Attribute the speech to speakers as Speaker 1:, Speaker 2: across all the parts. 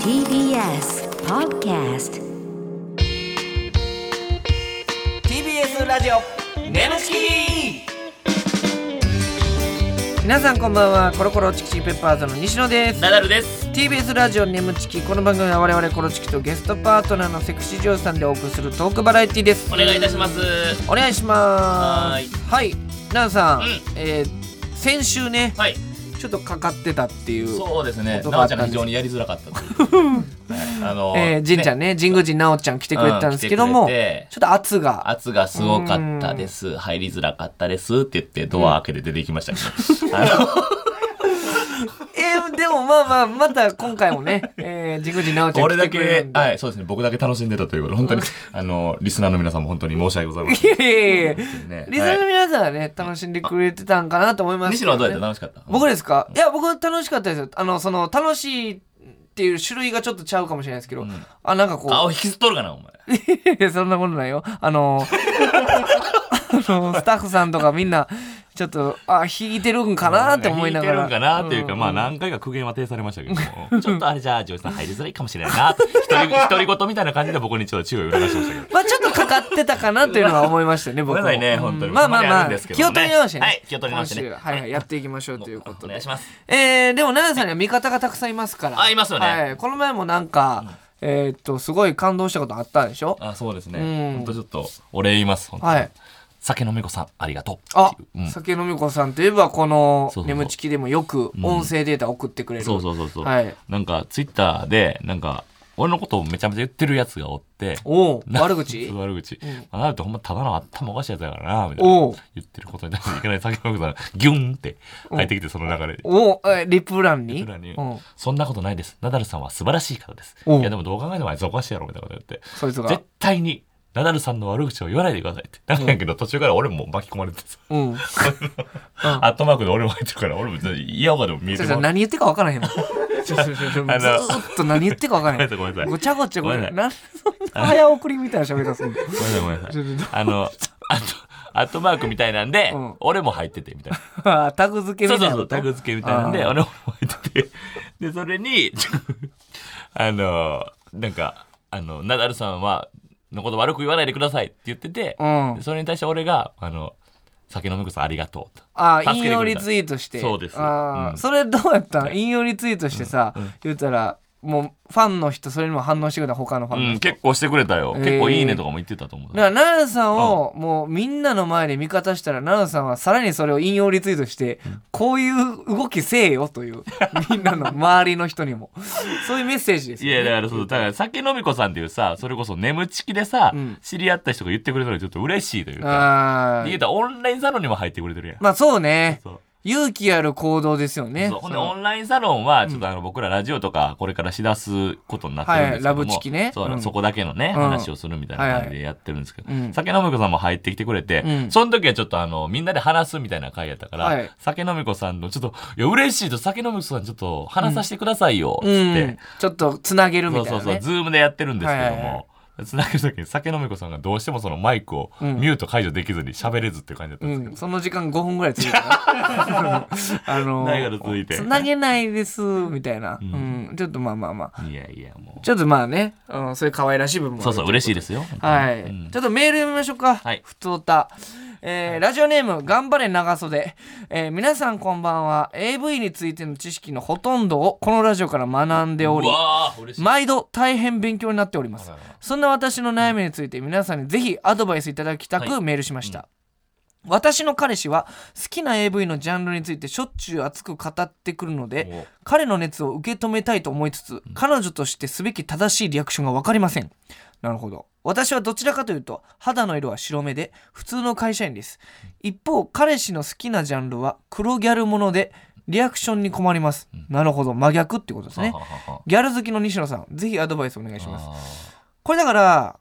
Speaker 1: TBS Podcast
Speaker 2: TBS ラジオネムチキ
Speaker 3: 皆さんこんばんはコロコロチキチキペッパーズの西野です
Speaker 2: ナダルです
Speaker 3: TBS ラジオネムチキこの番組は我々コロチキとゲストパートナーのセクシージョーさんでお送りするトークバラエティです
Speaker 2: お願いいたします
Speaker 3: お願いしま
Speaker 2: はーい
Speaker 3: すはいナンさん、
Speaker 2: うん
Speaker 3: えー先週ね
Speaker 2: はい
Speaker 3: ちょっとかかってたっていう
Speaker 2: そうですね
Speaker 3: 音が
Speaker 2: な
Speaker 3: あっ
Speaker 2: お
Speaker 3: た
Speaker 2: ち
Speaker 3: ん
Speaker 2: ゃん
Speaker 3: です
Speaker 2: 非常にやりづらかったというはいあの
Speaker 3: えー、神社
Speaker 2: ね
Speaker 3: ね神宮寺奈緒ちゃん来てくれてたんですけども、
Speaker 2: うん来てくれて
Speaker 3: ちょっと圧が
Speaker 2: 圧がすごかったです入りづらかったですって言ってドア開けて出てきましたけど、あの
Speaker 3: えー、でもまあまあまた今回もね、えー、神宮寺奈緒ちゃん
Speaker 2: 俺
Speaker 3: 来
Speaker 2: だ
Speaker 3: てくれる
Speaker 2: け
Speaker 3: んで
Speaker 2: はいそうですね僕だけ楽しんでたということで本当にあのリスナーの皆さんも本当に申し訳ございません
Speaker 3: いやいやいや
Speaker 2: ね
Speaker 3: リスナーの皆さんはね、楽しんでくれてたんかなと思いますけ
Speaker 2: 西
Speaker 3: ね、
Speaker 2: 野はどうやった楽しかった
Speaker 3: 僕ですか、いや僕楽しかったですよあのその楽しいっていう種類がちょっとちゃうかもしれないですけど、あなんかこ
Speaker 2: 顔
Speaker 3: う
Speaker 2: 引きずっとるかなお前
Speaker 3: いやそんなことないよあ のあのスタッフさんとかみんなちょっとあ弾いてるんかなって思いながら
Speaker 2: 弾いてるんかなっていうか、まあ何回か苦言は呈されましたけども、ちょっとあれじゃあ、ジョージさん入りづらいかもしれないなと、独り独り言みたいな感じで僕にちょっと注意を促しましたけど。
Speaker 3: まあちょっとかかってたかなというのは思いましたよね
Speaker 2: ご
Speaker 3: 僕
Speaker 2: めん
Speaker 3: も
Speaker 2: なさいね、本当に。
Speaker 3: まあまあ
Speaker 2: たまに
Speaker 3: ま
Speaker 2: るん
Speaker 3: あ
Speaker 2: ですけ
Speaker 3: 気
Speaker 2: ど
Speaker 3: を
Speaker 2: もね
Speaker 3: 取り直してね
Speaker 2: はい、気を取り直してね。
Speaker 3: 今週はいはいやっていきましょうということ
Speaker 2: お
Speaker 3: で
Speaker 2: 願いします。
Speaker 3: えー、でも奈々さんには味方がたくさんいますから
Speaker 2: あいますよね
Speaker 3: はい、この前もなんか、えーっとすごい感動したことあったでしょ
Speaker 2: あ、そうです
Speaker 3: うん
Speaker 2: ね。本当ちょっと、お礼言います、本当に
Speaker 3: はい
Speaker 2: 酒飲み子さん、ありがとう。
Speaker 3: あ、
Speaker 2: うん
Speaker 3: 酒飲み子さんといえばこの
Speaker 2: そうそうそう
Speaker 3: 眠ちきでもよく音声データ送ってくれる、
Speaker 2: そうそうそうそう。
Speaker 3: はい
Speaker 2: なんか、ツイッターで、なんか、俺のことをめちゃめちゃ言ってるやつがおって、
Speaker 3: おう
Speaker 2: な
Speaker 3: 悪口
Speaker 2: 悪口。
Speaker 3: ん
Speaker 2: まあなるとほんまただの頭おかしいやつやからな、みたい
Speaker 3: お
Speaker 2: な
Speaker 3: う。
Speaker 2: 言ってることに対していきなり酒飲み子さんがギュンって入ってきて、その流れで。
Speaker 3: おえリプランに
Speaker 2: 裏に
Speaker 3: うん、
Speaker 2: そんなことないです。ナダルさんは素晴らしい方です。い
Speaker 3: おう
Speaker 2: や、でもどう考えてもあいつおかしいやろ、みたいなこと言って。
Speaker 3: そいつが
Speaker 2: 絶、対に、ナダルさんの悪口を言わないでくださいって。なんやけど、途中から俺も巻き込まれてさ、
Speaker 3: うん、
Speaker 2: アットマークで俺も入ってるから、俺も嫌おうかでも見え
Speaker 3: そ
Speaker 2: て
Speaker 3: いつは
Speaker 2: もらう。
Speaker 3: 何言ってか分から へんもんちょちょちょちょず
Speaker 2: あの
Speaker 3: ーっと何言ってか分からへん
Speaker 2: ごめんなさい
Speaker 3: ごちゃごちゃごめ
Speaker 2: ご
Speaker 3: ん
Speaker 2: め
Speaker 3: なんなんでそんな早送りみたいな喋り方すん の
Speaker 2: ごめんなさい、ごめんな
Speaker 3: ちょちょ
Speaker 2: さい。あの、あと、アットマークみたいなんで、
Speaker 3: うん
Speaker 2: 俺も入ってて、みたいな。
Speaker 3: あータグ付け
Speaker 2: そう
Speaker 3: みた
Speaker 2: そ
Speaker 3: いうな
Speaker 2: そう、タグ付けみたいなんで、
Speaker 3: あー
Speaker 2: 俺も入ってて。で、それに、 ちょあの、なんか、あの、ナダルさんは、のこと悪く言わないでくださいって言ってて、
Speaker 3: うん
Speaker 2: でそれに対して俺が、あの、酒飲み子さんありがとうと。
Speaker 3: あー
Speaker 2: 助
Speaker 3: 引
Speaker 2: けてくれた
Speaker 3: 用リツイートして
Speaker 2: そうです
Speaker 3: あー
Speaker 2: うん
Speaker 3: それどうやったん引用リツイートしてさ、言ったらもうファンの人それにも反応してくれた他のファンの人、
Speaker 2: うん、結構してくれたよ。
Speaker 3: えー
Speaker 2: 結構いいねとかも言ってたと思う。
Speaker 3: だから奈良さんをもうみんなの前で味方したら奈良さんはさらにそれを引用リツイートしてこういう動きせえよ というみんなの周りの人にもそういうメッセージです
Speaker 2: い
Speaker 3: よ、ね、
Speaker 2: やだからそうだから酒飲み子さんっていうさそれこそ眠ちきでさ、
Speaker 3: うん
Speaker 2: 知り合った人が言ってくれたらちょっと嬉しいというか
Speaker 3: あ
Speaker 2: 言う
Speaker 3: ー
Speaker 2: たらオンラインサロンにも入ってくれてるやん、
Speaker 3: まあそうね
Speaker 2: そう
Speaker 3: 勇気ある行動ですよね
Speaker 2: そうほんで
Speaker 3: その
Speaker 2: オンラインサロンはちょっとあの、僕らラジオとかこれからしだすことになってるんですけども、
Speaker 3: はいラブチキね
Speaker 2: そう、
Speaker 3: うん
Speaker 2: そこだけのね
Speaker 3: うん
Speaker 2: 話をするみたいな感じでやってるんですけど、
Speaker 3: はいはいうん
Speaker 2: 酒飲み子さんも入ってきてくれて、
Speaker 3: うん
Speaker 2: その時はちょっとあのみんなで話すみたいな会やったから、
Speaker 3: はい
Speaker 2: 酒飲み子さんのちょっといや嬉しいと酒飲み子さんちょっと話させてくださいよっつっ
Speaker 3: う
Speaker 2: て、
Speaker 3: んちょっとつなげるみ
Speaker 2: そ
Speaker 3: たいうな、
Speaker 2: そ
Speaker 3: ね、
Speaker 2: うそう、ズームでやってるんですけど
Speaker 3: はいはいは
Speaker 2: も、つなげるときに酒飲み子さんがどうしてもそのマイクを
Speaker 3: ん
Speaker 2: ミュート解除できずに喋れずっていう感じだったんですけ
Speaker 3: う
Speaker 2: ど
Speaker 3: ん、。その時間5分ぐらいついた なあの
Speaker 2: 長いこと続いて
Speaker 3: つなげないですみたいな、うんんちょっとまあまあまあ
Speaker 2: いやいや、も
Speaker 3: ちょっとまあね、うん、そういう可愛らしい部分
Speaker 2: う。
Speaker 3: も
Speaker 2: そうそう、嬉しいですすよ。
Speaker 3: はい、
Speaker 2: うん
Speaker 3: ちょっとメール読みましょうか、
Speaker 2: はい
Speaker 3: ふつおたえーラジオネーム頑張れ長袖、えー皆さんこんばんは AV についての知識のほとんどをこのラジオから学んでおり
Speaker 2: うわあ、嬉しい。
Speaker 3: 毎度大変勉強になっております
Speaker 2: あらら
Speaker 3: そんな私の悩みについて皆さんにぜひアドバイスいただきた
Speaker 2: は
Speaker 3: くメールしました、私の彼氏は好きな AV のジャンルについてしょっちゅう熱く語ってくるので
Speaker 2: お
Speaker 3: 彼の熱を受け止めたいと思いつつ、彼女としてすべき正しいリアクションが分かりませんなるほど私はどちらかというと肌の色は白目で普通の会社員です一方彼氏の好きなジャンルは黒ギャルものでリアクションに困ります、なるほど真逆ってことですね
Speaker 2: ははは
Speaker 3: ギャル好きの西野さんぜひアドバイスお願いします
Speaker 2: は
Speaker 3: これだから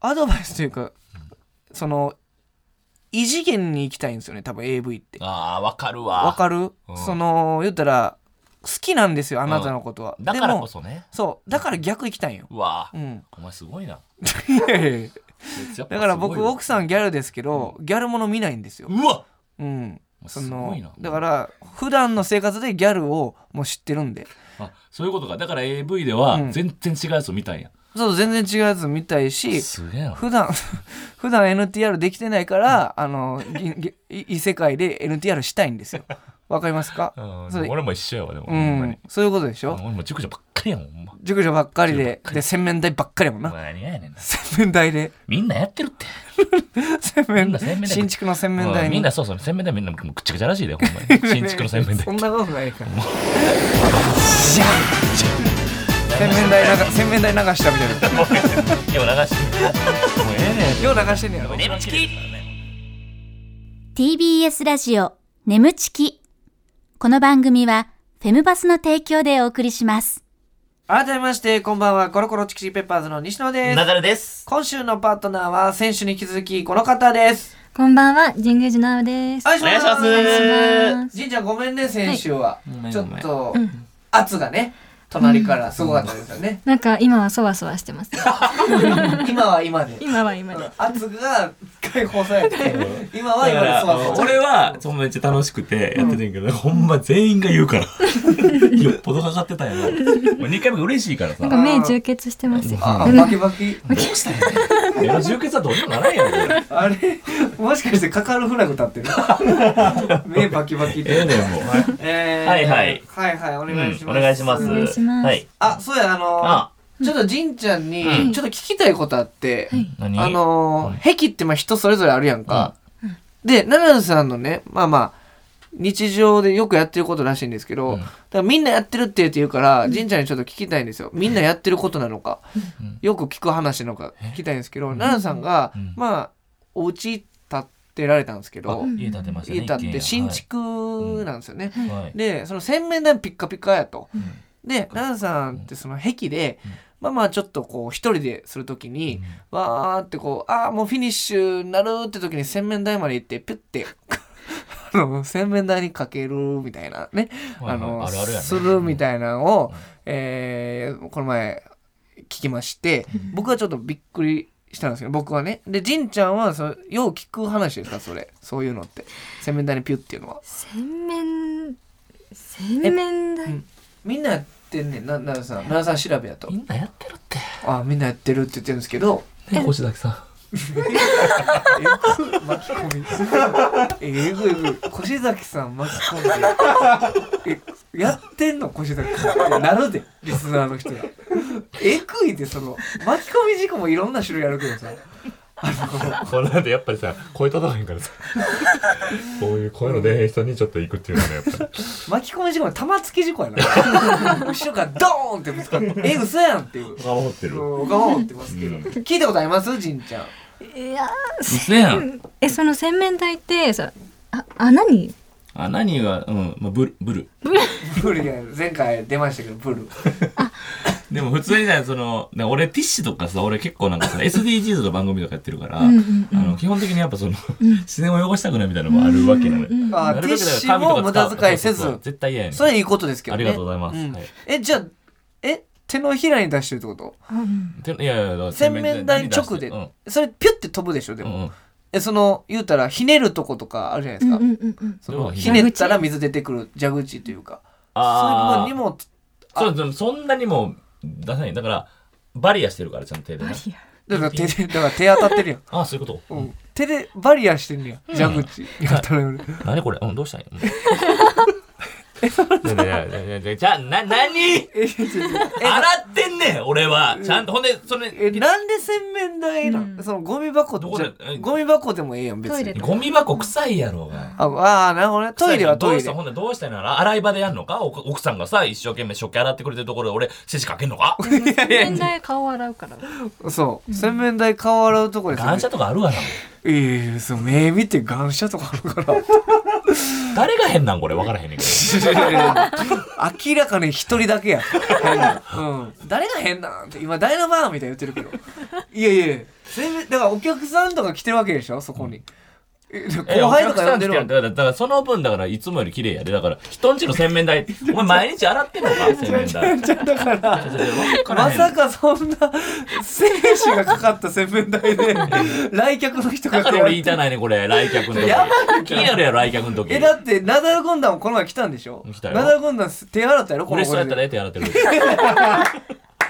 Speaker 3: アドバイスというかその異次元に行きたいんですよね多分 AV って
Speaker 2: あーあー、わかるわ。
Speaker 3: わかる
Speaker 2: うん
Speaker 3: その言ったら好きなんですよあなたのことは、
Speaker 2: だからこ
Speaker 3: でも
Speaker 2: そね。
Speaker 3: そうだから逆行きたいんよ
Speaker 2: うわ
Speaker 3: う
Speaker 2: あ、
Speaker 3: ん
Speaker 2: お前すごいな。
Speaker 3: いやいやいや
Speaker 2: やっぱすごいわ
Speaker 3: だから僕奥さんギャルですけどギャルもの見ないんですよ
Speaker 2: うわ
Speaker 3: うんそ
Speaker 2: すご
Speaker 3: の
Speaker 2: いな
Speaker 3: だから普段の生活でギャルをもう知ってるんで
Speaker 2: あそういうことかだから AV では
Speaker 3: うん
Speaker 2: 全然違うやつを見たんや、
Speaker 3: そう全然違うやつ見たいし
Speaker 2: すげえな
Speaker 3: 普段 普段 NTR できてないから、あのぎぎ異世界で NTR したいんですよわかりますか
Speaker 2: うん
Speaker 3: それ
Speaker 2: 俺も一緒やわでも、
Speaker 3: う
Speaker 2: ほんま
Speaker 3: ん
Speaker 2: に
Speaker 3: そういうことでしょ
Speaker 2: 俺も熟女ばっかりやもんほんま
Speaker 3: 熟女ばっかりでで洗面台ばっかりやもん
Speaker 2: お
Speaker 3: な
Speaker 2: 前何がやねんな
Speaker 3: 洗面台で
Speaker 2: みんなやってるって
Speaker 3: 洗面
Speaker 2: な洗面台
Speaker 3: 新築の洗面
Speaker 2: う
Speaker 3: 台
Speaker 2: んみん
Speaker 3: に
Speaker 2: なそうそう洗面台みんなもうぐっちゃぐちゃらしいでほんま に新築の洗面台
Speaker 3: そんなことないから洗面台流洗面台流したみたい
Speaker 2: で
Speaker 3: な
Speaker 2: も流してもうええねん
Speaker 3: よう流してんねやろ
Speaker 4: TBS ラジオ眠ちきこの番組はフェムバスの提供でお送りします
Speaker 3: 改めましてこんばんはコロコロチキチキペッパーズの西野です
Speaker 2: 流れです
Speaker 3: 今週のパートナーは選手に引き続きこの方です
Speaker 5: こんばんは、神宮寺奈緒です。
Speaker 3: お願い
Speaker 2: お願いします
Speaker 5: ます
Speaker 3: じいちゃんごめんね先週は、
Speaker 2: い
Speaker 3: ちょっと、
Speaker 5: ん
Speaker 3: 圧がね隣からすごかったですよね、
Speaker 5: なんか今はそわそわしてます。
Speaker 3: 今は今で
Speaker 5: 今は今で。
Speaker 3: 圧が解放されて今は
Speaker 2: だか
Speaker 3: 今で
Speaker 2: ら
Speaker 3: すわそわ
Speaker 2: 俺はそうめっちゃ楽しくてやっててんけど、ほんま全員が言う からよっぽどかかってたんやな2回目嬉しいからさ
Speaker 5: なんか目充血してますよ。
Speaker 3: あバキバキ
Speaker 2: エロ充血はどうにもならんやろこれ
Speaker 3: あれもしかしてかかるフラグ立って る目バキバキ
Speaker 2: ええ
Speaker 3: で、
Speaker 2: ねんもう
Speaker 3: えー
Speaker 2: はいはい
Speaker 3: はいはいお願いし
Speaker 2: うん
Speaker 3: ま
Speaker 2: お
Speaker 3: す、
Speaker 2: 願いします
Speaker 5: お願いします
Speaker 2: はい
Speaker 3: あそうやあの
Speaker 2: あ
Speaker 3: ちょっとじんちゃんに、
Speaker 2: うん
Speaker 3: ちょっと聞きたいことあって、
Speaker 2: 何
Speaker 3: あのー癖ってまあ人それぞれあるやんか。で、奈良さんのね、まあまあ、日常でよくやってることらしいんですけど、
Speaker 2: うん
Speaker 3: だからみんなやってるって言って言うから、じんちゃんにちょっと聞きたいんですよ。みんなやってることなのか、
Speaker 2: ん
Speaker 3: よく聞く話なのか聞きたいんですけど、奈良さんが、
Speaker 2: うん
Speaker 3: まあ、お家建てられたんですけ
Speaker 2: あ
Speaker 3: ど、
Speaker 2: 家建てましたね
Speaker 3: 家建って新築
Speaker 2: い
Speaker 3: なんですよね。
Speaker 2: 一軒家はいはい
Speaker 3: でその洗面台もピッカピカやと。
Speaker 2: ん
Speaker 3: で奈々さんってその壁で、まあまあちょっとこう一人でする時に、わーってこうああもうフィニッシュなるって時に洗面台まで行ってピュッて あの洗面台にかけるみたいなね、
Speaker 2: はいはい
Speaker 3: あの
Speaker 2: あるあるやね
Speaker 3: するみたいなのを、えーこの前聞きまして僕はちょっとびっくりしたんですけど僕はねでじんちゃんはそのよう聞く話ですかそれそういうのって洗面台にピュッていうのは。
Speaker 5: 洗面、洗面台。
Speaker 3: みんなやってんねんな奈良さん奈良さん調べやと
Speaker 2: みんなやってるって
Speaker 3: あみんなやってるって言ってるんですけど
Speaker 2: ね星崎さん
Speaker 3: えぐい巻き込みえぐいえぐい越崎さん巻き込んでえやってんの越崎さんってなるでリスナーの人がえぐいでその巻き込み事故もいろんな種類あるけどさ
Speaker 6: これなんでやっぱりさ声立たへ んからさこういう声の出へん人にちょっと行くっていうのがやっぱり
Speaker 3: 巻き込み事故は玉突き事故やな後ろからドーンってぶつかってえ嘘やんっていう
Speaker 6: 頑張ってる
Speaker 3: おかまってますけど、聞いたことありますじんちゃん
Speaker 5: いや
Speaker 2: 嘘やん
Speaker 5: ー、え、その洗面台って、さ、あ、穴に
Speaker 2: あ何がうんまあブルブル
Speaker 3: ブルや前回出ましたけどブル
Speaker 2: でも普通にね、その、ね俺ティッシュとかさ、俺結構なんかさ、SDGs の番組とかやってるから、あ
Speaker 5: んうん
Speaker 2: の、基本的にやっぱその、自然を汚したくないみたいなのもあるわけなのよ。な
Speaker 3: あテ
Speaker 2: るべ
Speaker 3: ィッ
Speaker 2: くだから
Speaker 3: シュも無駄遣いせ
Speaker 2: そうそうそう
Speaker 3: ず
Speaker 2: 絶対嫌やねん。
Speaker 3: それいいことですけど
Speaker 2: あ
Speaker 3: ね
Speaker 2: りがとうございます
Speaker 3: ん
Speaker 2: はい
Speaker 3: えじゃあえ手のひらに出してるってこと
Speaker 2: ていやいやいや、
Speaker 3: 洗面台に直で、
Speaker 2: うん。
Speaker 3: それピュッて飛ぶでしょで
Speaker 2: う
Speaker 3: も、
Speaker 2: んうん。
Speaker 3: えその言うたらひねるとことかあるじゃないで
Speaker 5: うん
Speaker 3: すか、
Speaker 5: うんうんうん。
Speaker 3: そ
Speaker 2: ど
Speaker 3: の
Speaker 2: う
Speaker 3: ひねったら水出てくる蛇口というか
Speaker 2: ああ。
Speaker 3: そういうのにも
Speaker 2: そう、でもそんなにも出さない。だから、バリアしてるから、ちゃんと手でね。
Speaker 3: だから手 でだから手当たってるやん、
Speaker 2: ああ、そういうこと。
Speaker 3: うん、手でバリアしてんねや蛇口、やった らより
Speaker 2: 何これうん、どうした んや。うんねえねえねえねえねえじゃあ、な、何
Speaker 3: えちょちょちょえ
Speaker 2: 洗ってんねん、俺は。ちゃんと、ほんで、それ、
Speaker 3: えなんで洗面台なん、そのゴミ箱
Speaker 2: どこでえ
Speaker 3: ゴミ箱でもええやん別に
Speaker 5: トイレ
Speaker 2: ゴミ箱臭いやろうが。
Speaker 3: ああーなるほどねトイレはトイ
Speaker 2: どうし
Speaker 3: レ
Speaker 2: たほんでどうしたなら洗い場でやんのかお奥さんがさ一生懸命食器洗ってくれてるところで俺指示かけんのか
Speaker 5: 洗面台顔洗うから。
Speaker 3: そう洗面台顔洗うとこですよね
Speaker 2: 感謝とかあるわな
Speaker 3: ええそう目見て感謝とかあるから
Speaker 2: 誰が変なんこれ分からへんねんけ
Speaker 3: 明らかに一人だけや変な、うん、誰が変なんって今ダイナバーみたいに言ってるけどいやいや洗面だからお客さんとか来てるわけでしょそこに、えで
Speaker 2: え
Speaker 3: 後輩とか呼んで
Speaker 2: お客さ
Speaker 3: る
Speaker 2: ん来てだからだからその分だからいつもより綺麗やでだから人んちの洗面 台お前毎日洗ってんのか洗面台
Speaker 3: じゃだから ま
Speaker 2: ま
Speaker 3: さかそんな精子がかかった洗面 台で来客の人が
Speaker 2: だから俺言いたないねこれ来客の時
Speaker 3: や
Speaker 2: 気になるやろ来客の時
Speaker 3: えだってナダルゴンダムこの前来たんでしょ
Speaker 2: 来たよ
Speaker 3: ナダルゴンダム手洗ったやろこの
Speaker 2: 嬉しそうや
Speaker 3: 頃
Speaker 2: ったね
Speaker 3: で
Speaker 2: 手洗ってる
Speaker 3: い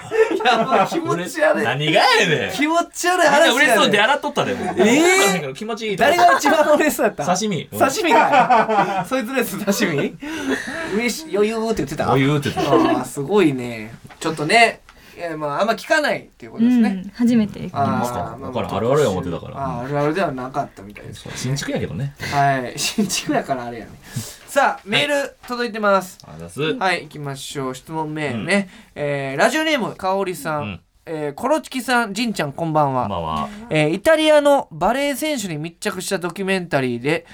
Speaker 3: やもう気持ち悪い
Speaker 2: 何がやねん
Speaker 3: 気持ち悪
Speaker 2: みん
Speaker 3: い
Speaker 2: な
Speaker 3: 話
Speaker 2: 嬉し
Speaker 3: や
Speaker 2: そう
Speaker 3: ね
Speaker 2: で
Speaker 3: ん
Speaker 2: 洗っとったでもう
Speaker 3: え
Speaker 2: わ
Speaker 3: ー
Speaker 2: からへんけど気持ちいいと
Speaker 3: 誰が一番嬉しそうやった
Speaker 2: 刺身
Speaker 3: 刺身かいそ いつです刺身嬉し余裕って言ってた
Speaker 2: お湯って言って
Speaker 3: ああすごいねちょっとねいやまああんま聞かないっていうこと
Speaker 5: う
Speaker 3: ですね、
Speaker 5: ん、初めて。
Speaker 3: あ
Speaker 2: ますから
Speaker 3: ーま
Speaker 2: だから
Speaker 3: ま
Speaker 2: あるあるや思ってたから
Speaker 3: あーあるあるではなかったみたいです
Speaker 2: た新築やけどね
Speaker 3: はい新築やからあれやねさあメール届いてます
Speaker 2: あざす
Speaker 3: はい行きましょう質問メールね、えーラジオネームかおりさん、
Speaker 2: うん
Speaker 3: えーコロチキさんじんちゃんこんばんは、
Speaker 2: まあま
Speaker 3: えーイタリアのバレエ選手に密着したドキュメンタリーで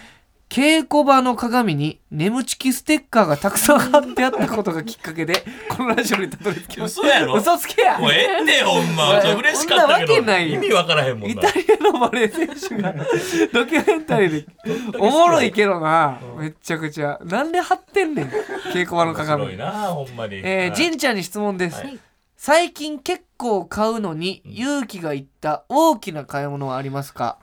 Speaker 3: 稽古場の鏡に眠ちきステッカーがたくさん貼ってあったことがきっかけで このラジオにたどり着き
Speaker 2: あ
Speaker 3: まし
Speaker 2: 嘘や
Speaker 3: た
Speaker 2: ろ
Speaker 3: 嘘つけや
Speaker 2: もうええってほんま
Speaker 3: いや
Speaker 2: 嬉しかったけど
Speaker 3: そんなわけない
Speaker 2: 意
Speaker 3: よ
Speaker 2: 味わからへんもん
Speaker 3: イ
Speaker 2: な
Speaker 3: タリアのバレエ選手がドキュメンタリ ーでおもろいけどなめっちゃくちゃなんで貼ってんねん稽古場の
Speaker 2: 面白い
Speaker 3: 鏡
Speaker 2: なほんまに
Speaker 3: えー、じんちゃんに質問です、
Speaker 2: はい
Speaker 3: 最近結構買うのに勇気がいった大きな買い物はありますか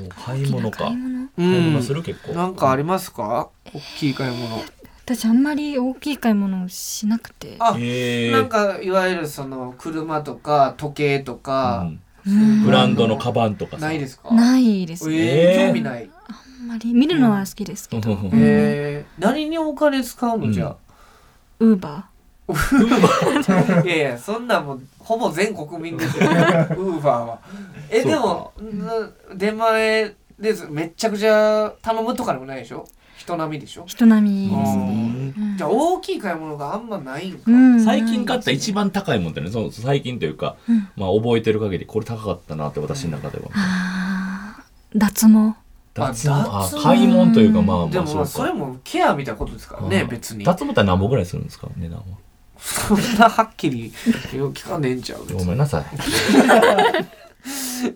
Speaker 2: もう買い物か
Speaker 5: 買い物
Speaker 3: う
Speaker 2: 買い
Speaker 3: ん
Speaker 2: 物する結構
Speaker 3: なんかありますか大きい買い物
Speaker 5: 私あんまり大きい買い物をしなくて。
Speaker 3: あ
Speaker 2: え
Speaker 3: なんかいわゆるその車とか時計とか、
Speaker 5: うん
Speaker 2: ブランドのカバンとかさ
Speaker 3: ないですか
Speaker 5: ないですね。
Speaker 3: えー
Speaker 2: えー
Speaker 3: 興味ない
Speaker 5: あんまり見るのは好きです
Speaker 2: う
Speaker 5: け
Speaker 2: ん
Speaker 5: ど。
Speaker 2: うんうん
Speaker 3: えー、何にお金使うの、
Speaker 2: うん
Speaker 3: じゃ
Speaker 5: ウーバ
Speaker 3: あ いやいやそんなんもうほぼ全国民ですよウーバーはえでもな出前ですめっちゃくちゃ頼むとかでもないでしょ人並みでしょ
Speaker 5: ー。人並みです
Speaker 3: う
Speaker 5: ね。
Speaker 3: ん
Speaker 5: うん
Speaker 3: じゃあ大きい買い物があんまないんか、
Speaker 5: うん
Speaker 2: 最近買った一番高いもんってねその最近というか、
Speaker 5: うん
Speaker 2: まあ覚えてる限りこれ高かったなって私の中では、
Speaker 5: あー脱毛。
Speaker 2: 脱毛
Speaker 3: あ
Speaker 2: あ
Speaker 3: 脱毛
Speaker 2: 買い物というかまあ
Speaker 3: で
Speaker 2: まあ
Speaker 3: もまあそれ
Speaker 2: う
Speaker 3: もケアみたいなことですから
Speaker 2: か
Speaker 3: ね
Speaker 2: うん
Speaker 3: 別に
Speaker 2: 脱毛って何本ぐらいするんですか値段は
Speaker 3: そんなはっきりよく聞かねえんちゃう別
Speaker 2: ご
Speaker 3: に
Speaker 2: めんなさい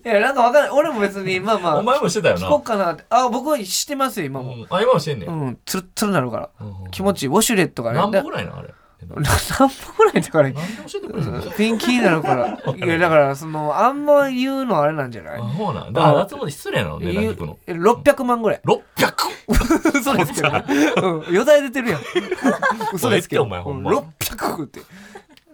Speaker 3: いやなんかわかんない俺も別にまあまあ
Speaker 2: お前もしてたよ
Speaker 3: 聞
Speaker 2: な
Speaker 3: こっかなってあ僕はしてますよ今も
Speaker 2: うんあ今もしてんね、
Speaker 3: うんんつるっつるなるから
Speaker 2: うんうん
Speaker 3: 気持ちいいウォシュレットがね
Speaker 2: 何
Speaker 3: だ
Speaker 2: 本ぐらいなのあれ値段
Speaker 3: な 何歩ぐらいだから
Speaker 2: 何で教えてくれへんの
Speaker 3: ピンキーなのからいやだからそのあんま言うのあれなんじゃない
Speaker 2: あほうなんだから脱毛で失礼なの値段
Speaker 3: 言う
Speaker 2: 聞くの
Speaker 3: え600万ぐらい
Speaker 2: 600!
Speaker 3: 嘘ですけど、うん、余罪出てるやん 嘘ですけど
Speaker 2: お前お前ほんま
Speaker 3: うん600って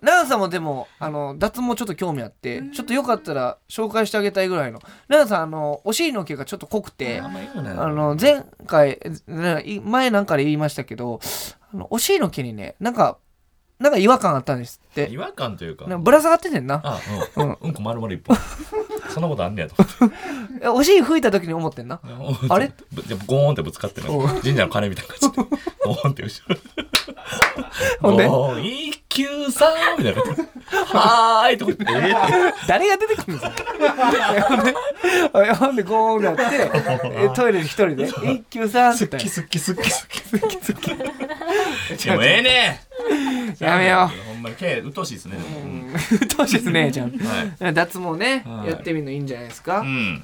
Speaker 3: 奈良さんもでもあの脱毛ちょっと興味あってちょっとよかったら紹介してあげたいぐらいの奈良さんあのお尻の毛がちょっと濃くて
Speaker 2: あんま言うなよ
Speaker 3: あの前回ねい前なんかで言いましたけどあのお尻の毛にねなんかなんか違和感あったんですって
Speaker 2: 違和感というか
Speaker 3: なんかぶら下がってて んな
Speaker 2: あう
Speaker 3: うんん、
Speaker 2: うんこ丸々一本そんなことあんねやと
Speaker 3: えお尻吹いた時に思ってんなあれ
Speaker 2: ぶでゴーンってぶつかってな
Speaker 3: おう
Speaker 2: 神社の鐘みたいな感じ でゴーンって後ろ
Speaker 3: ほんで
Speaker 2: ゴーン一休さんみたいな感じではーいとか言ってえーって
Speaker 3: 誰が出てくるんですかえほんでえほんでゴ ーンってやってえトイレに一人で「一休さん」って
Speaker 2: キスッキスッキスッキスッキスッキスッでもええねん
Speaker 3: やめよ
Speaker 2: うほんまに毛うっとうしいですねでもうん
Speaker 3: うっ とうしいですねじゃ
Speaker 2: はい
Speaker 3: ん脱毛ね、
Speaker 2: はい
Speaker 3: やってみるのいいんじゃないですか、
Speaker 2: うん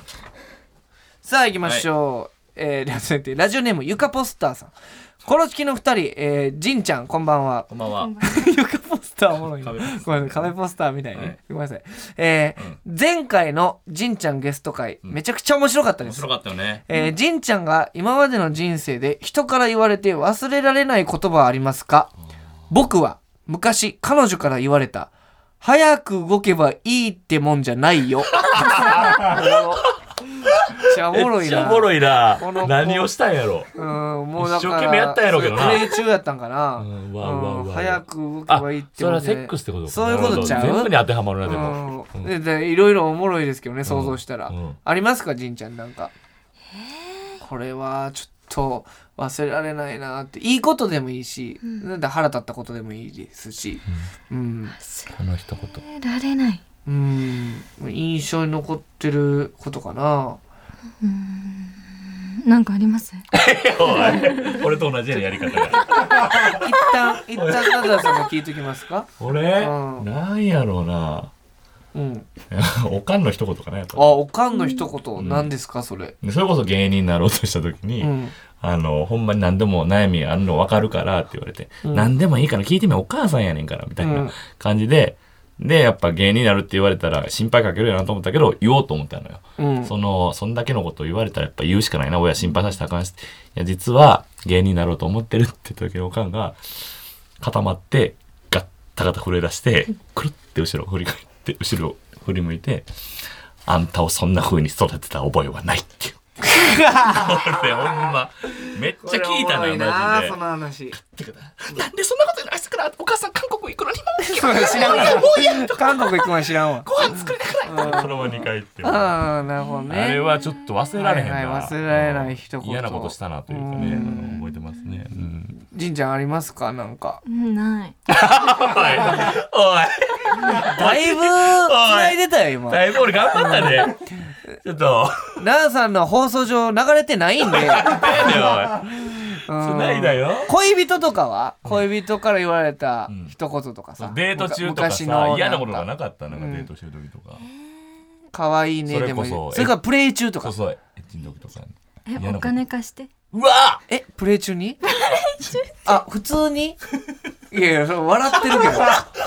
Speaker 3: さあ行きましょう、えーでは続いてラジオネームゆかポスターさんコロチキの二人、えー、じんちゃんこんばんは
Speaker 2: こんばんは
Speaker 3: ゆかポスターおもろいな
Speaker 2: 壁ポスター
Speaker 3: ごめんなさい壁ポスターみたいね、
Speaker 2: はい
Speaker 3: ごめんなさいえー前回のじんちゃんゲスト会、めちゃくちゃ面白かったで
Speaker 2: 面
Speaker 3: す
Speaker 2: 白かったよね
Speaker 3: えー、じんちゃんが今までの人生で人から言われて忘れられない言葉はありますか僕は昔彼女から言われた「早く動けばいいってもんじゃないよ」めっちゃおもろ
Speaker 2: め
Speaker 3: い
Speaker 2: っちゃ
Speaker 3: な
Speaker 2: おもろいな
Speaker 3: この
Speaker 2: 何をしたんやろ
Speaker 3: うんもうだか
Speaker 2: 一
Speaker 3: ら
Speaker 2: 生懸命やったんやろうけどな
Speaker 3: それプレイ中やったんかな、
Speaker 2: う
Speaker 3: うんん、
Speaker 2: わうわうわうわ
Speaker 3: 早く動け
Speaker 2: あ
Speaker 3: ばいいって
Speaker 2: それ
Speaker 3: もん
Speaker 2: は
Speaker 3: じゃ
Speaker 2: セ
Speaker 3: ない
Speaker 2: ックスってことか
Speaker 3: そういうことちゃう
Speaker 2: なるほど全部に当てはまるなでも
Speaker 3: うんででいろいろおもろいですけどね想像したら、
Speaker 2: うん
Speaker 3: ありますかじんちゃんなんかこれはちょっと忘れられないなっていいことでもいいし、なんだ腹立ったことでもいいですしうん、
Speaker 2: この一言
Speaker 5: えられない。
Speaker 3: うん、印象に残ってることかな
Speaker 5: なんかあります。
Speaker 2: おい俺と同じやねやり方が
Speaker 3: 一 旦一旦ナダルさんも聞いときますか
Speaker 2: 俺
Speaker 3: うん
Speaker 2: なんやろうな
Speaker 3: うん、
Speaker 2: おかんの一言かなやっ
Speaker 3: あ
Speaker 2: ぱ
Speaker 3: おかんの一言何ですかそれ、
Speaker 2: でそれこそ芸人になろうとした時に、
Speaker 3: うん、
Speaker 2: あのほんまに何でも悩みあるの分かるからって言われて、
Speaker 3: うん
Speaker 2: 何でもいいから聞いてみようお母さんやねんからみたい
Speaker 3: うん
Speaker 2: な感じで、でやっぱ芸人になるって言われたら心配かけるやなと思ったけど言おうと思ったのよ、
Speaker 3: うん
Speaker 2: そのそんだけのことを言われたらやっぱ言うしかないな親心配させたらあかんしいや実は芸人になろうと思ってるって時のおかんが固まってガッタガタ震え出 してくるって後ろ振り返って後ろ振り向いて「あんたをそんな風に育てた覚えはない」っていう。これほんまめっちゃ聞いたのよマジで
Speaker 3: その話
Speaker 2: なんでそんなこと言うの明日からお母さん韓国行くのにも
Speaker 3: 知らん わ韓国行くの知らんわ
Speaker 2: ご飯作りたくないそのまま2回言って
Speaker 3: ああなるほどね
Speaker 2: あれはちょっと忘れられへんな、
Speaker 3: はいはい忘れられない一言
Speaker 2: 嫌なことしたなというかね、
Speaker 3: うん
Speaker 2: あの覚えてますね、うん、
Speaker 3: じんちゃんありますかなんか
Speaker 7: うんない。
Speaker 2: おいお
Speaker 3: だ いぶ繋いでたよ今
Speaker 2: い大ボール頑張ったねちょっと
Speaker 3: ランさんの放送上流れてない んで
Speaker 2: 何やねんおい
Speaker 3: うん
Speaker 2: 繋いだよ
Speaker 3: 恋人とかは恋人から言われた一言とかさ、
Speaker 2: デート中とかさ
Speaker 3: 昔の
Speaker 2: 嫌なことがなかったなんか
Speaker 3: うん
Speaker 2: デートしてる時とか、
Speaker 3: 可愛いね
Speaker 2: それ
Speaker 3: で
Speaker 2: こ
Speaker 3: も
Speaker 2: そ
Speaker 3: いいそれからプレイ中と
Speaker 2: そう
Speaker 3: か
Speaker 2: そうエッチの時とか
Speaker 7: え
Speaker 2: 嫌なこと
Speaker 7: お金貸して。
Speaker 2: うわ
Speaker 3: えプレイ中にあ普 通にいやいやそれ笑ってるけどい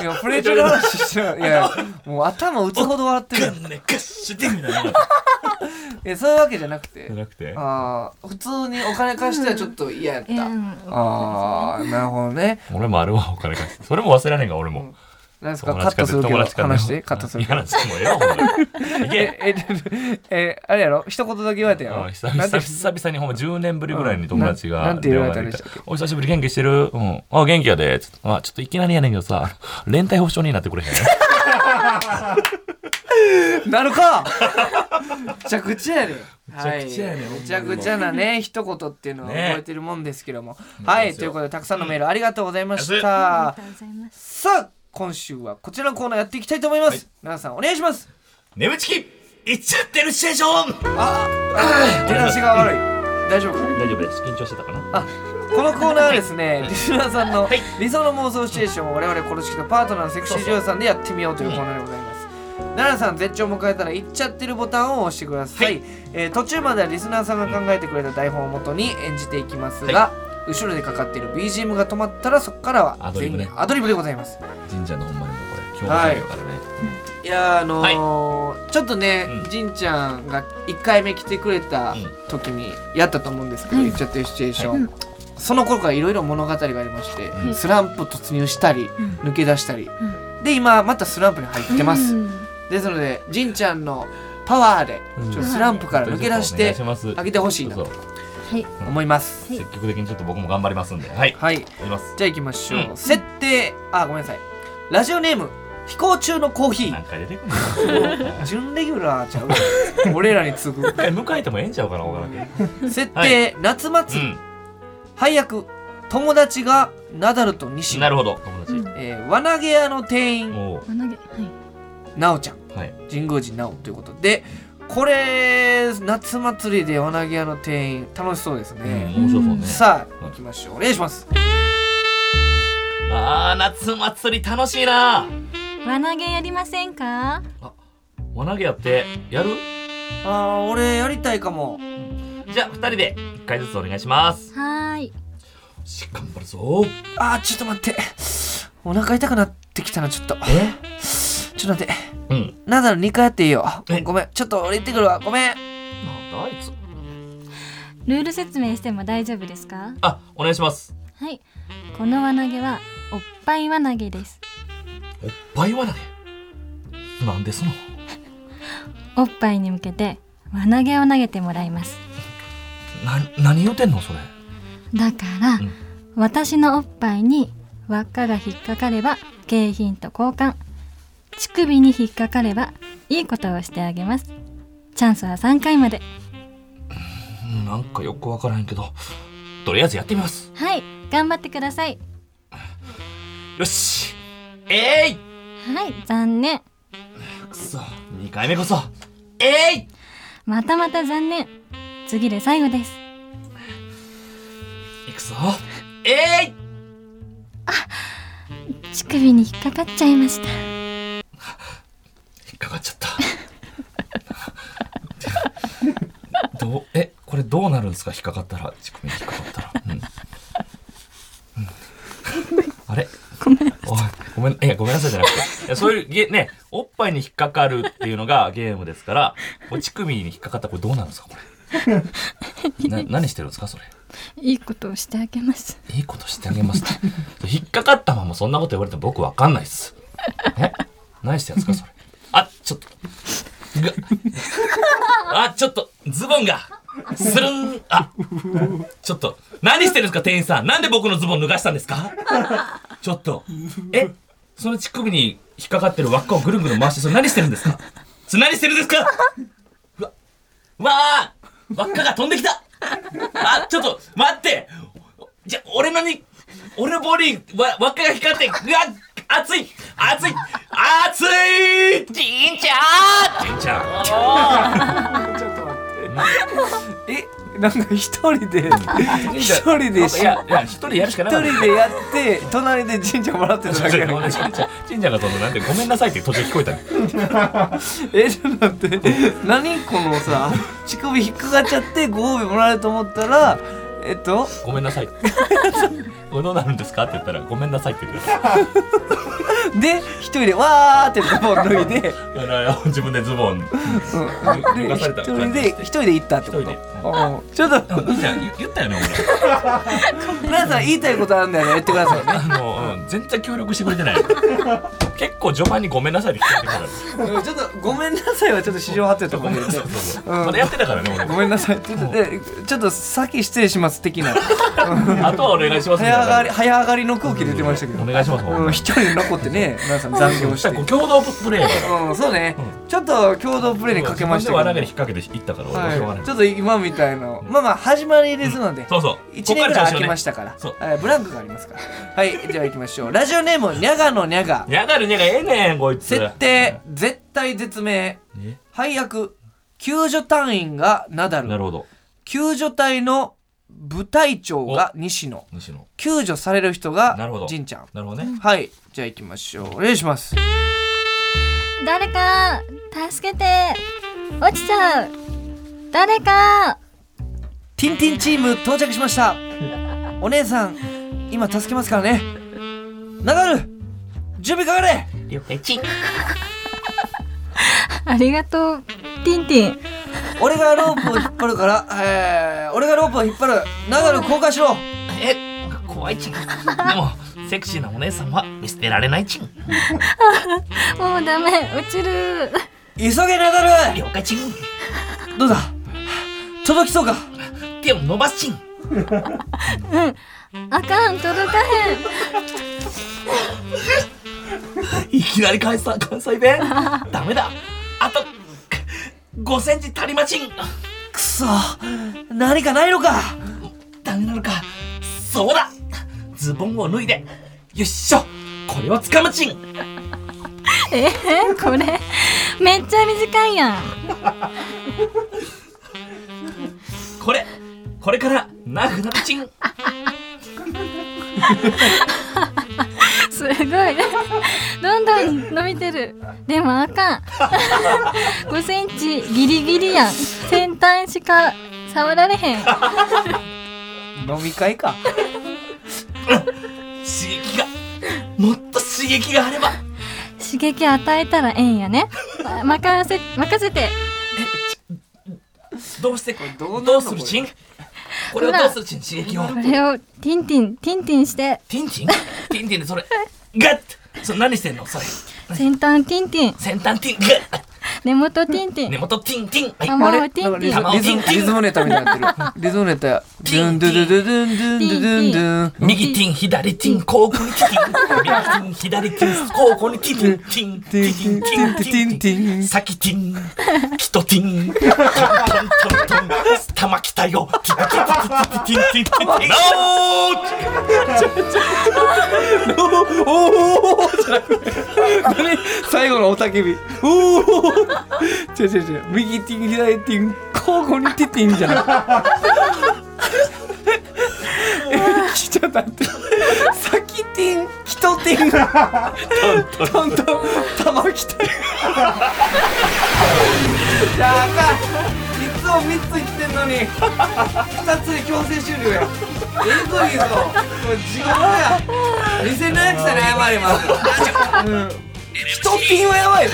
Speaker 3: やプレイ中の話してないいやもう頭打つほど笑ってる
Speaker 2: ねガッシュでみたいなの
Speaker 3: いやそういうわけじゃなくて
Speaker 2: じゃなくて
Speaker 3: ああ普通にお金貸してはちょっと嫌やっ
Speaker 7: え
Speaker 3: た、
Speaker 7: うん
Speaker 3: ああなるほどね
Speaker 2: 俺もあるわお金貸してそれも忘れられへんから俺も、
Speaker 3: 何ですか
Speaker 2: 友
Speaker 3: カッ
Speaker 2: 達
Speaker 3: ト
Speaker 2: か
Speaker 3: するけど
Speaker 2: 友達か
Speaker 3: 話してカットする
Speaker 2: い
Speaker 3: けど
Speaker 2: や話もうええわほんまにいけ
Speaker 3: ええちょっとえあれやろ一言だけ言われたやろ
Speaker 2: あ久
Speaker 3: な
Speaker 2: 々
Speaker 3: んて
Speaker 2: 久々にほんま10年ぶりぐらいに友達
Speaker 3: うんな
Speaker 2: が
Speaker 3: なんて言われた
Speaker 2: 電
Speaker 3: んで
Speaker 2: 話
Speaker 3: し
Speaker 2: で
Speaker 3: たっけ
Speaker 2: お久しぶり元気してるうん。あ、元気やで。つってあ、ちょっといきなりやねんけどさ、連帯保証人になってくれへん
Speaker 3: なるかめちゃくちゃやねめ
Speaker 2: ちゃくちゃやね
Speaker 3: めちゃくちゃなね一言っていうのを
Speaker 2: ね
Speaker 3: 覚えてるもんですけども、はいということでたくさんのメールありがとうございました
Speaker 7: ありがとうございます。
Speaker 3: さあ今週はこちらのコーナーやっていきたいと思います、皆さんお願いします
Speaker 2: 眠ちき行っちゃってるシチュエーション
Speaker 3: 出だしが悪い大丈夫か
Speaker 2: 大丈夫です。緊張してたかな
Speaker 3: あこのコーナーはですね、リスナーさんの理想の妄想シチュエーションを我々コロチキとパートナーのセクシー女優さんでやってみようというコーナーでございます。奈良さん絶頂を迎えたら行っちゃってるボタンを押してください、えー途中まではリスナーさんが考えてくれた台本をもとに演じていきますが、後ろでかかっている BGM が止まったらそこからは
Speaker 2: アドリブね
Speaker 3: 全員アドリブでございます
Speaker 2: 神社のほんまにもうこれ、今
Speaker 3: は
Speaker 2: 日
Speaker 3: い
Speaker 2: の作業からね。
Speaker 3: いやーあのーちょっとね、
Speaker 2: うん
Speaker 3: じんちゃんが1回目来てくれた
Speaker 2: うん
Speaker 3: 時にやったと思うんですけど、
Speaker 4: はい
Speaker 3: 言っちゃってるシチュエーション、その頃からいろいろ物語がありまして、
Speaker 2: うん
Speaker 3: スランプ突入したり、
Speaker 4: ん
Speaker 3: 抜け出したり、で今またスランプに入ってます、
Speaker 4: うん
Speaker 3: ですのでじんちゃんのパワーで
Speaker 2: うん
Speaker 3: ちょっとスランプから抜け出して
Speaker 2: ちょっとお願いします
Speaker 3: あげてほしいな
Speaker 2: そう
Speaker 3: と
Speaker 2: そう
Speaker 3: 思います、
Speaker 2: 積極的にちょっと僕も頑張りますんで。はい。
Speaker 3: はい
Speaker 2: 行きます。
Speaker 3: じゃあ行きましょう、
Speaker 2: うん
Speaker 3: 設定あごめんなさいラジオネーム飛行中のコーヒ
Speaker 2: 何
Speaker 3: ー
Speaker 2: 回出て くるの
Speaker 3: 準レギュラーちゃう 俺らに次ぐ
Speaker 2: 迎えてもええんちゃうかな、おかな
Speaker 3: 設定、
Speaker 2: は
Speaker 3: 夏
Speaker 2: う
Speaker 3: 祭り、
Speaker 2: ん。
Speaker 3: 配役友達がナダルと西
Speaker 2: な
Speaker 3: 野、
Speaker 2: るほど。友達。
Speaker 3: えー、罠毛屋の店員
Speaker 2: おう
Speaker 4: お投げはい
Speaker 3: 奈緒ちゃん
Speaker 2: はい。
Speaker 3: 神宮寺奈緒ということでこれ夏祭りで罠毛屋の店員楽しそうです
Speaker 2: うん
Speaker 3: ね、
Speaker 2: 面白そうね。
Speaker 3: さあ
Speaker 2: うん
Speaker 3: 行きましょうお願いします
Speaker 2: あー、夏祭り楽しいな。
Speaker 4: 輪投げやりませんか
Speaker 2: 輪投げやってやる
Speaker 3: あー俺やりたいかも
Speaker 2: じゃあ二人で一回ずつお願いします
Speaker 4: はーい
Speaker 2: し頑張るぞ
Speaker 3: あーちょっと待ってお腹痛くなってきたなちょっと
Speaker 2: え
Speaker 3: ちょっと待って
Speaker 2: うん
Speaker 3: ナダル2回やっていいよ
Speaker 2: え
Speaker 3: ごめんちょっと俺行ってくるわごめん
Speaker 2: なんだあいつ
Speaker 4: ルール説明しても大丈夫ですか
Speaker 2: あお願いします
Speaker 4: はいこの輪投げはおっぱい輪投げです
Speaker 2: おっぱい輪投げなんですの
Speaker 4: おっぱいに向けて輪投げを投げてもらいます
Speaker 2: な何言うてんのそれ
Speaker 4: だから、
Speaker 2: うん
Speaker 4: 私のおっぱいに輪っかが引っかかれば景品と交換乳首に引っかかればいいことをしてあげますチャンスは3回まで
Speaker 2: なんかよくわからへんけどとりあえずやってみます
Speaker 4: はい頑張ってください
Speaker 2: よしえい
Speaker 4: はい残念
Speaker 2: くそ二回目こそえい
Speaker 4: またまた残念次で最後です
Speaker 2: いくぞえい
Speaker 4: 乳首に引っかかっちゃいました
Speaker 2: 引っ
Speaker 6: どうなるんですか引っかかったら乳首に引っかかったら、うんうん、あれ
Speaker 4: ごめん
Speaker 6: おいごめんいやごめんなさいじゃなくていやそういうゲねおっぱいに引っかかるっていうのがゲームですからお乳首に引っかかったらこれどうなるんですかこれ な何してるんですかそれ
Speaker 4: いいことをしてあげます
Speaker 6: いいことしてあげますって引っかかったままそんなこと言われても僕わかんないっすえ何してんすかそれあちょっとぐあちょっとズボンがするんあちょっと何してるんですか店員さんなんで僕のズボン脱がしたんですかちょっとえその乳首に引っかかってる輪っかをぐるんぐるん回してそれ何してるんですかそれ何してるんですかうわうわあ輪っかが飛んできたあちょっと待ってじゃ、俺のに、俺のボディ、わ、輪っかが光って、うわ、熱い熱い熱いじんちゃーじんちゃ
Speaker 3: えなんか一人 で
Speaker 6: ん
Speaker 3: 一人でし
Speaker 6: いや、いや、一人やるしか
Speaker 3: 一
Speaker 6: ない。
Speaker 3: 人でやって隣で神社笑ってただけやねん
Speaker 6: ちんちゃんちんちゃんがそのなんでごめんなさいって途中聞こえたの
Speaker 3: えちょっと待って何このさ乳首引っかかっちゃってご褒美もらえると思ったらえっと
Speaker 6: ごめんなさ いこれどうなるんですかって言ったらごめんなさいって言ってた
Speaker 3: で一人でわーってズボン脱いで、
Speaker 6: だから自分でズボン
Speaker 3: うん、で
Speaker 6: 脱がされた
Speaker 3: 一人で一人で行ったってこと
Speaker 6: 一人で
Speaker 3: うんちょっと
Speaker 6: ちんちゃん言言ったよね
Speaker 3: 皆さん言いたいことあるんだよね言ってください
Speaker 6: 俺あの、うん全然協力してくれてない結構序盤にごめんなさいって聞いてくれたから
Speaker 3: うんちょっとごめんなさいはちょっと史上初やったかもしれない
Speaker 6: まだやってたからね俺
Speaker 3: ごめんなさいちょっとでちょっと先失礼します的な
Speaker 6: あとはお願いしますみたい
Speaker 3: 早
Speaker 6: な
Speaker 3: 上がり早上がりの空気出てましたけど
Speaker 6: お願いします
Speaker 3: うん一人で残ってね皆さん残業 して
Speaker 6: 共同プレイヤーだか
Speaker 3: うん、そうね、ちょっと共同プレーにかけました
Speaker 6: 自
Speaker 3: け
Speaker 6: 分で
Speaker 3: ど、
Speaker 6: 罠が引っ掛けていったから俺はしょうが
Speaker 3: は、
Speaker 6: ないい
Speaker 3: ちょっと今みたいな、まあまあ始まりですので、
Speaker 6: そうそう
Speaker 3: 1年ぐらい空きま
Speaker 6: し
Speaker 3: したから
Speaker 6: そう
Speaker 3: はいブランクがありますからはいでは行きましょうラジオネームにゃがのにゃが
Speaker 6: にゃがるにゃがええねんこいつ
Speaker 3: 設定絶対絶命
Speaker 6: え
Speaker 3: 配役救助隊員がナダル
Speaker 6: なるほど
Speaker 3: 救助隊の部隊長が西野
Speaker 6: 西野
Speaker 3: 救助される人
Speaker 6: なるほ
Speaker 3: が
Speaker 6: ど
Speaker 3: じんちゃん
Speaker 6: なるほどね
Speaker 3: はいじゃあ行きましょうお願いします
Speaker 4: 誰か助けて落ちちゃう誰か
Speaker 3: ティンティンチーム到着しましたお姉さん今助けますからねナダル準備かかれ
Speaker 2: 了解チ
Speaker 4: ありがとうティンティン
Speaker 3: 俺がロープを引っ張るから、えー、俺がロープを引っ張るナダル交換しろ
Speaker 2: え怖いチンでもセクシーなお姉さんは見捨てられないチン
Speaker 4: もうダメ落ちる
Speaker 3: 急げナダル
Speaker 2: 了解チン
Speaker 3: どうだ届きそうか
Speaker 2: 手を伸ばすチン
Speaker 4: あかん届かへん
Speaker 2: いきなり関西関西 弁ダメだあと5センチ足りまちん
Speaker 3: くそ何かないのか
Speaker 2: ダメなのかそうだズボンを脱いでよっしょこれはつかむちん
Speaker 4: えー、これめっちゃ短いやん
Speaker 2: これこれから長くなるちん
Speaker 4: すごいどんどん伸びてるでもあかん5センチギリギリやん先端しか触られへん
Speaker 3: 飲み会か
Speaker 2: 刺激がもっと刺激があれば
Speaker 4: 刺激与えたらええんやねま任せ任せて
Speaker 2: どうしてこれ
Speaker 3: どうな
Speaker 2: ど
Speaker 3: んの
Speaker 2: うするちんこれを
Speaker 4: ほら
Speaker 2: どうするちん刺激を
Speaker 4: これをティンティンティンティンして
Speaker 2: ティンティンティンティンでそれガッそれ何してんのそれ
Speaker 4: 先端ティンティン
Speaker 2: 先端ティンガッ
Speaker 4: 根元ティンティ
Speaker 2: 根
Speaker 4: ン
Speaker 2: 元ティンティンはい
Speaker 4: 玉を
Speaker 3: れ
Speaker 4: ティンテ
Speaker 3: な
Speaker 4: ィ
Speaker 3: ん
Speaker 4: ン
Speaker 3: かリズリズリズムネタみたいになってるリズムネタドゥンドゥドゥドゥドゥンドゥンドゥドゥンドゥン
Speaker 2: 右ティン、左ティン、交互にティン。右ティン、左ティン、交互にティン、ティン、ティン、ティン、ティン、ティン、先ティン、キトティン、トントントントン、玉来たよ、ティン、ティン、ティン、ティン、ティン、ティン、ティン、ノー
Speaker 3: おおじゃなくて何最後の雄たけびおお違う違う違う右ティン左ティン交互にティティンじゃないえちょっと待って先ティン人ティントントン玉来たいやあかんいつも今3つ言ってんのに2つで強制終了やえぐいぞこれ地獄や2700歳に謝れますうん一ピンはやばいぞ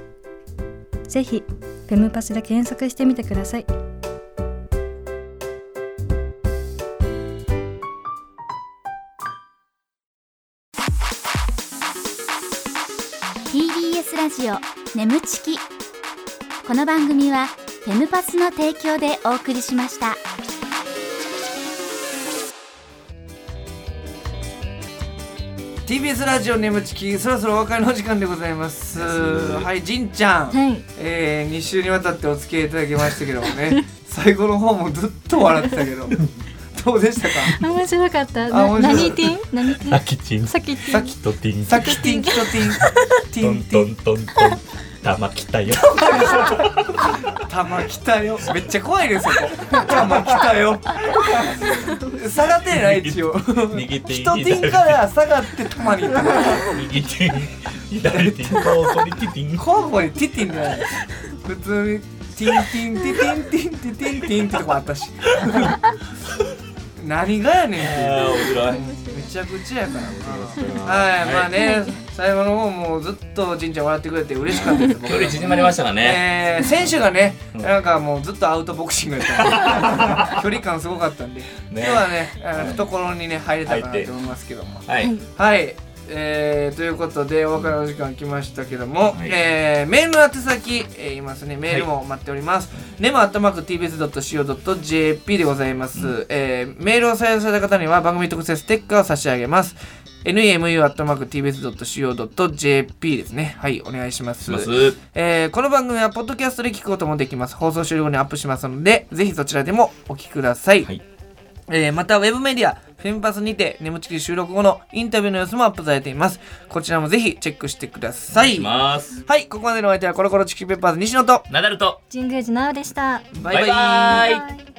Speaker 4: ぜひフェムパスで検索してみてください
Speaker 8: ラジオ眠ちきこの番組はフェムパスの提供でお送りしました
Speaker 3: 「TBS ラジオ眠ちき」そろそろお別れの時間でございますはいじんちゃん、
Speaker 4: はい
Speaker 3: えー、2週にわたってお付き合いいただきましたけどもね最後の方もずっと笑ってたけどどうでしたか
Speaker 4: 面白かった
Speaker 3: あ面
Speaker 4: な
Speaker 3: 白い
Speaker 4: 何ティン何ティ
Speaker 6: ラ
Speaker 4: ン
Speaker 6: キチン。
Speaker 4: さっきテ
Speaker 3: さ
Speaker 4: ィ
Speaker 3: っ
Speaker 4: ン
Speaker 3: き
Speaker 6: キトティン。
Speaker 3: さっきティンキとティンテ
Speaker 6: ト
Speaker 3: ィ
Speaker 6: ン
Speaker 3: ンテ
Speaker 6: ト
Speaker 3: ィン
Speaker 6: ントントン。玉来たよ。
Speaker 3: 玉来たよめっちゃ怖いですよここ玉来たよ下がってない一応
Speaker 6: 握って
Speaker 3: 一ティンから下がって玉に行った
Speaker 6: 右手左手こうこれティテ ィン。
Speaker 3: 交互にティティンじゃない普通にティンティンティンティンティンティンティンってとこあったし何がやねんっていう
Speaker 6: ああ面白い。
Speaker 3: めちゃくちゃやからな。はい、まあね、最後の方もうずっとじんちゃん笑ってくれて嬉しかったです。僕
Speaker 6: 距離縮まりましたかね。
Speaker 3: えー、選手がね、なんかもうずっとアウトボクシングやったん で距離感すごかったんで、今日はね、あの懐にね入れたかなと思いますけども。
Speaker 6: はい。
Speaker 3: はい、えー、ということでお別れの時間来ましたけども、
Speaker 6: はい
Speaker 3: えーメールの宛先、えー言いますねメールも待っております、ねもあったまく tbs.co.jp でございます、えーメールを採用された方には番組特製ステッカーを差し上げます nemu アットマーク tbs.co.jp ですね。はい、お願いします。
Speaker 6: ます。
Speaker 3: えーこの番組はポッドキャストで聞くこともできます。放送終了後にアップしますので、ぜひそちらでもお聞きください。
Speaker 6: はい
Speaker 3: えーまた、ウェブメディア、フェンパスにて、眠ちきり収録後のインタビューの様子もアップされています。こちらもぜひチェックしてください。
Speaker 6: います。
Speaker 3: はい、ここまでのお相手はコロコロチキペッパーズ西野と、
Speaker 6: ナダルと。
Speaker 4: 神宮寺奈央でした
Speaker 3: バイバイ。
Speaker 6: バイバイ
Speaker 4: バイ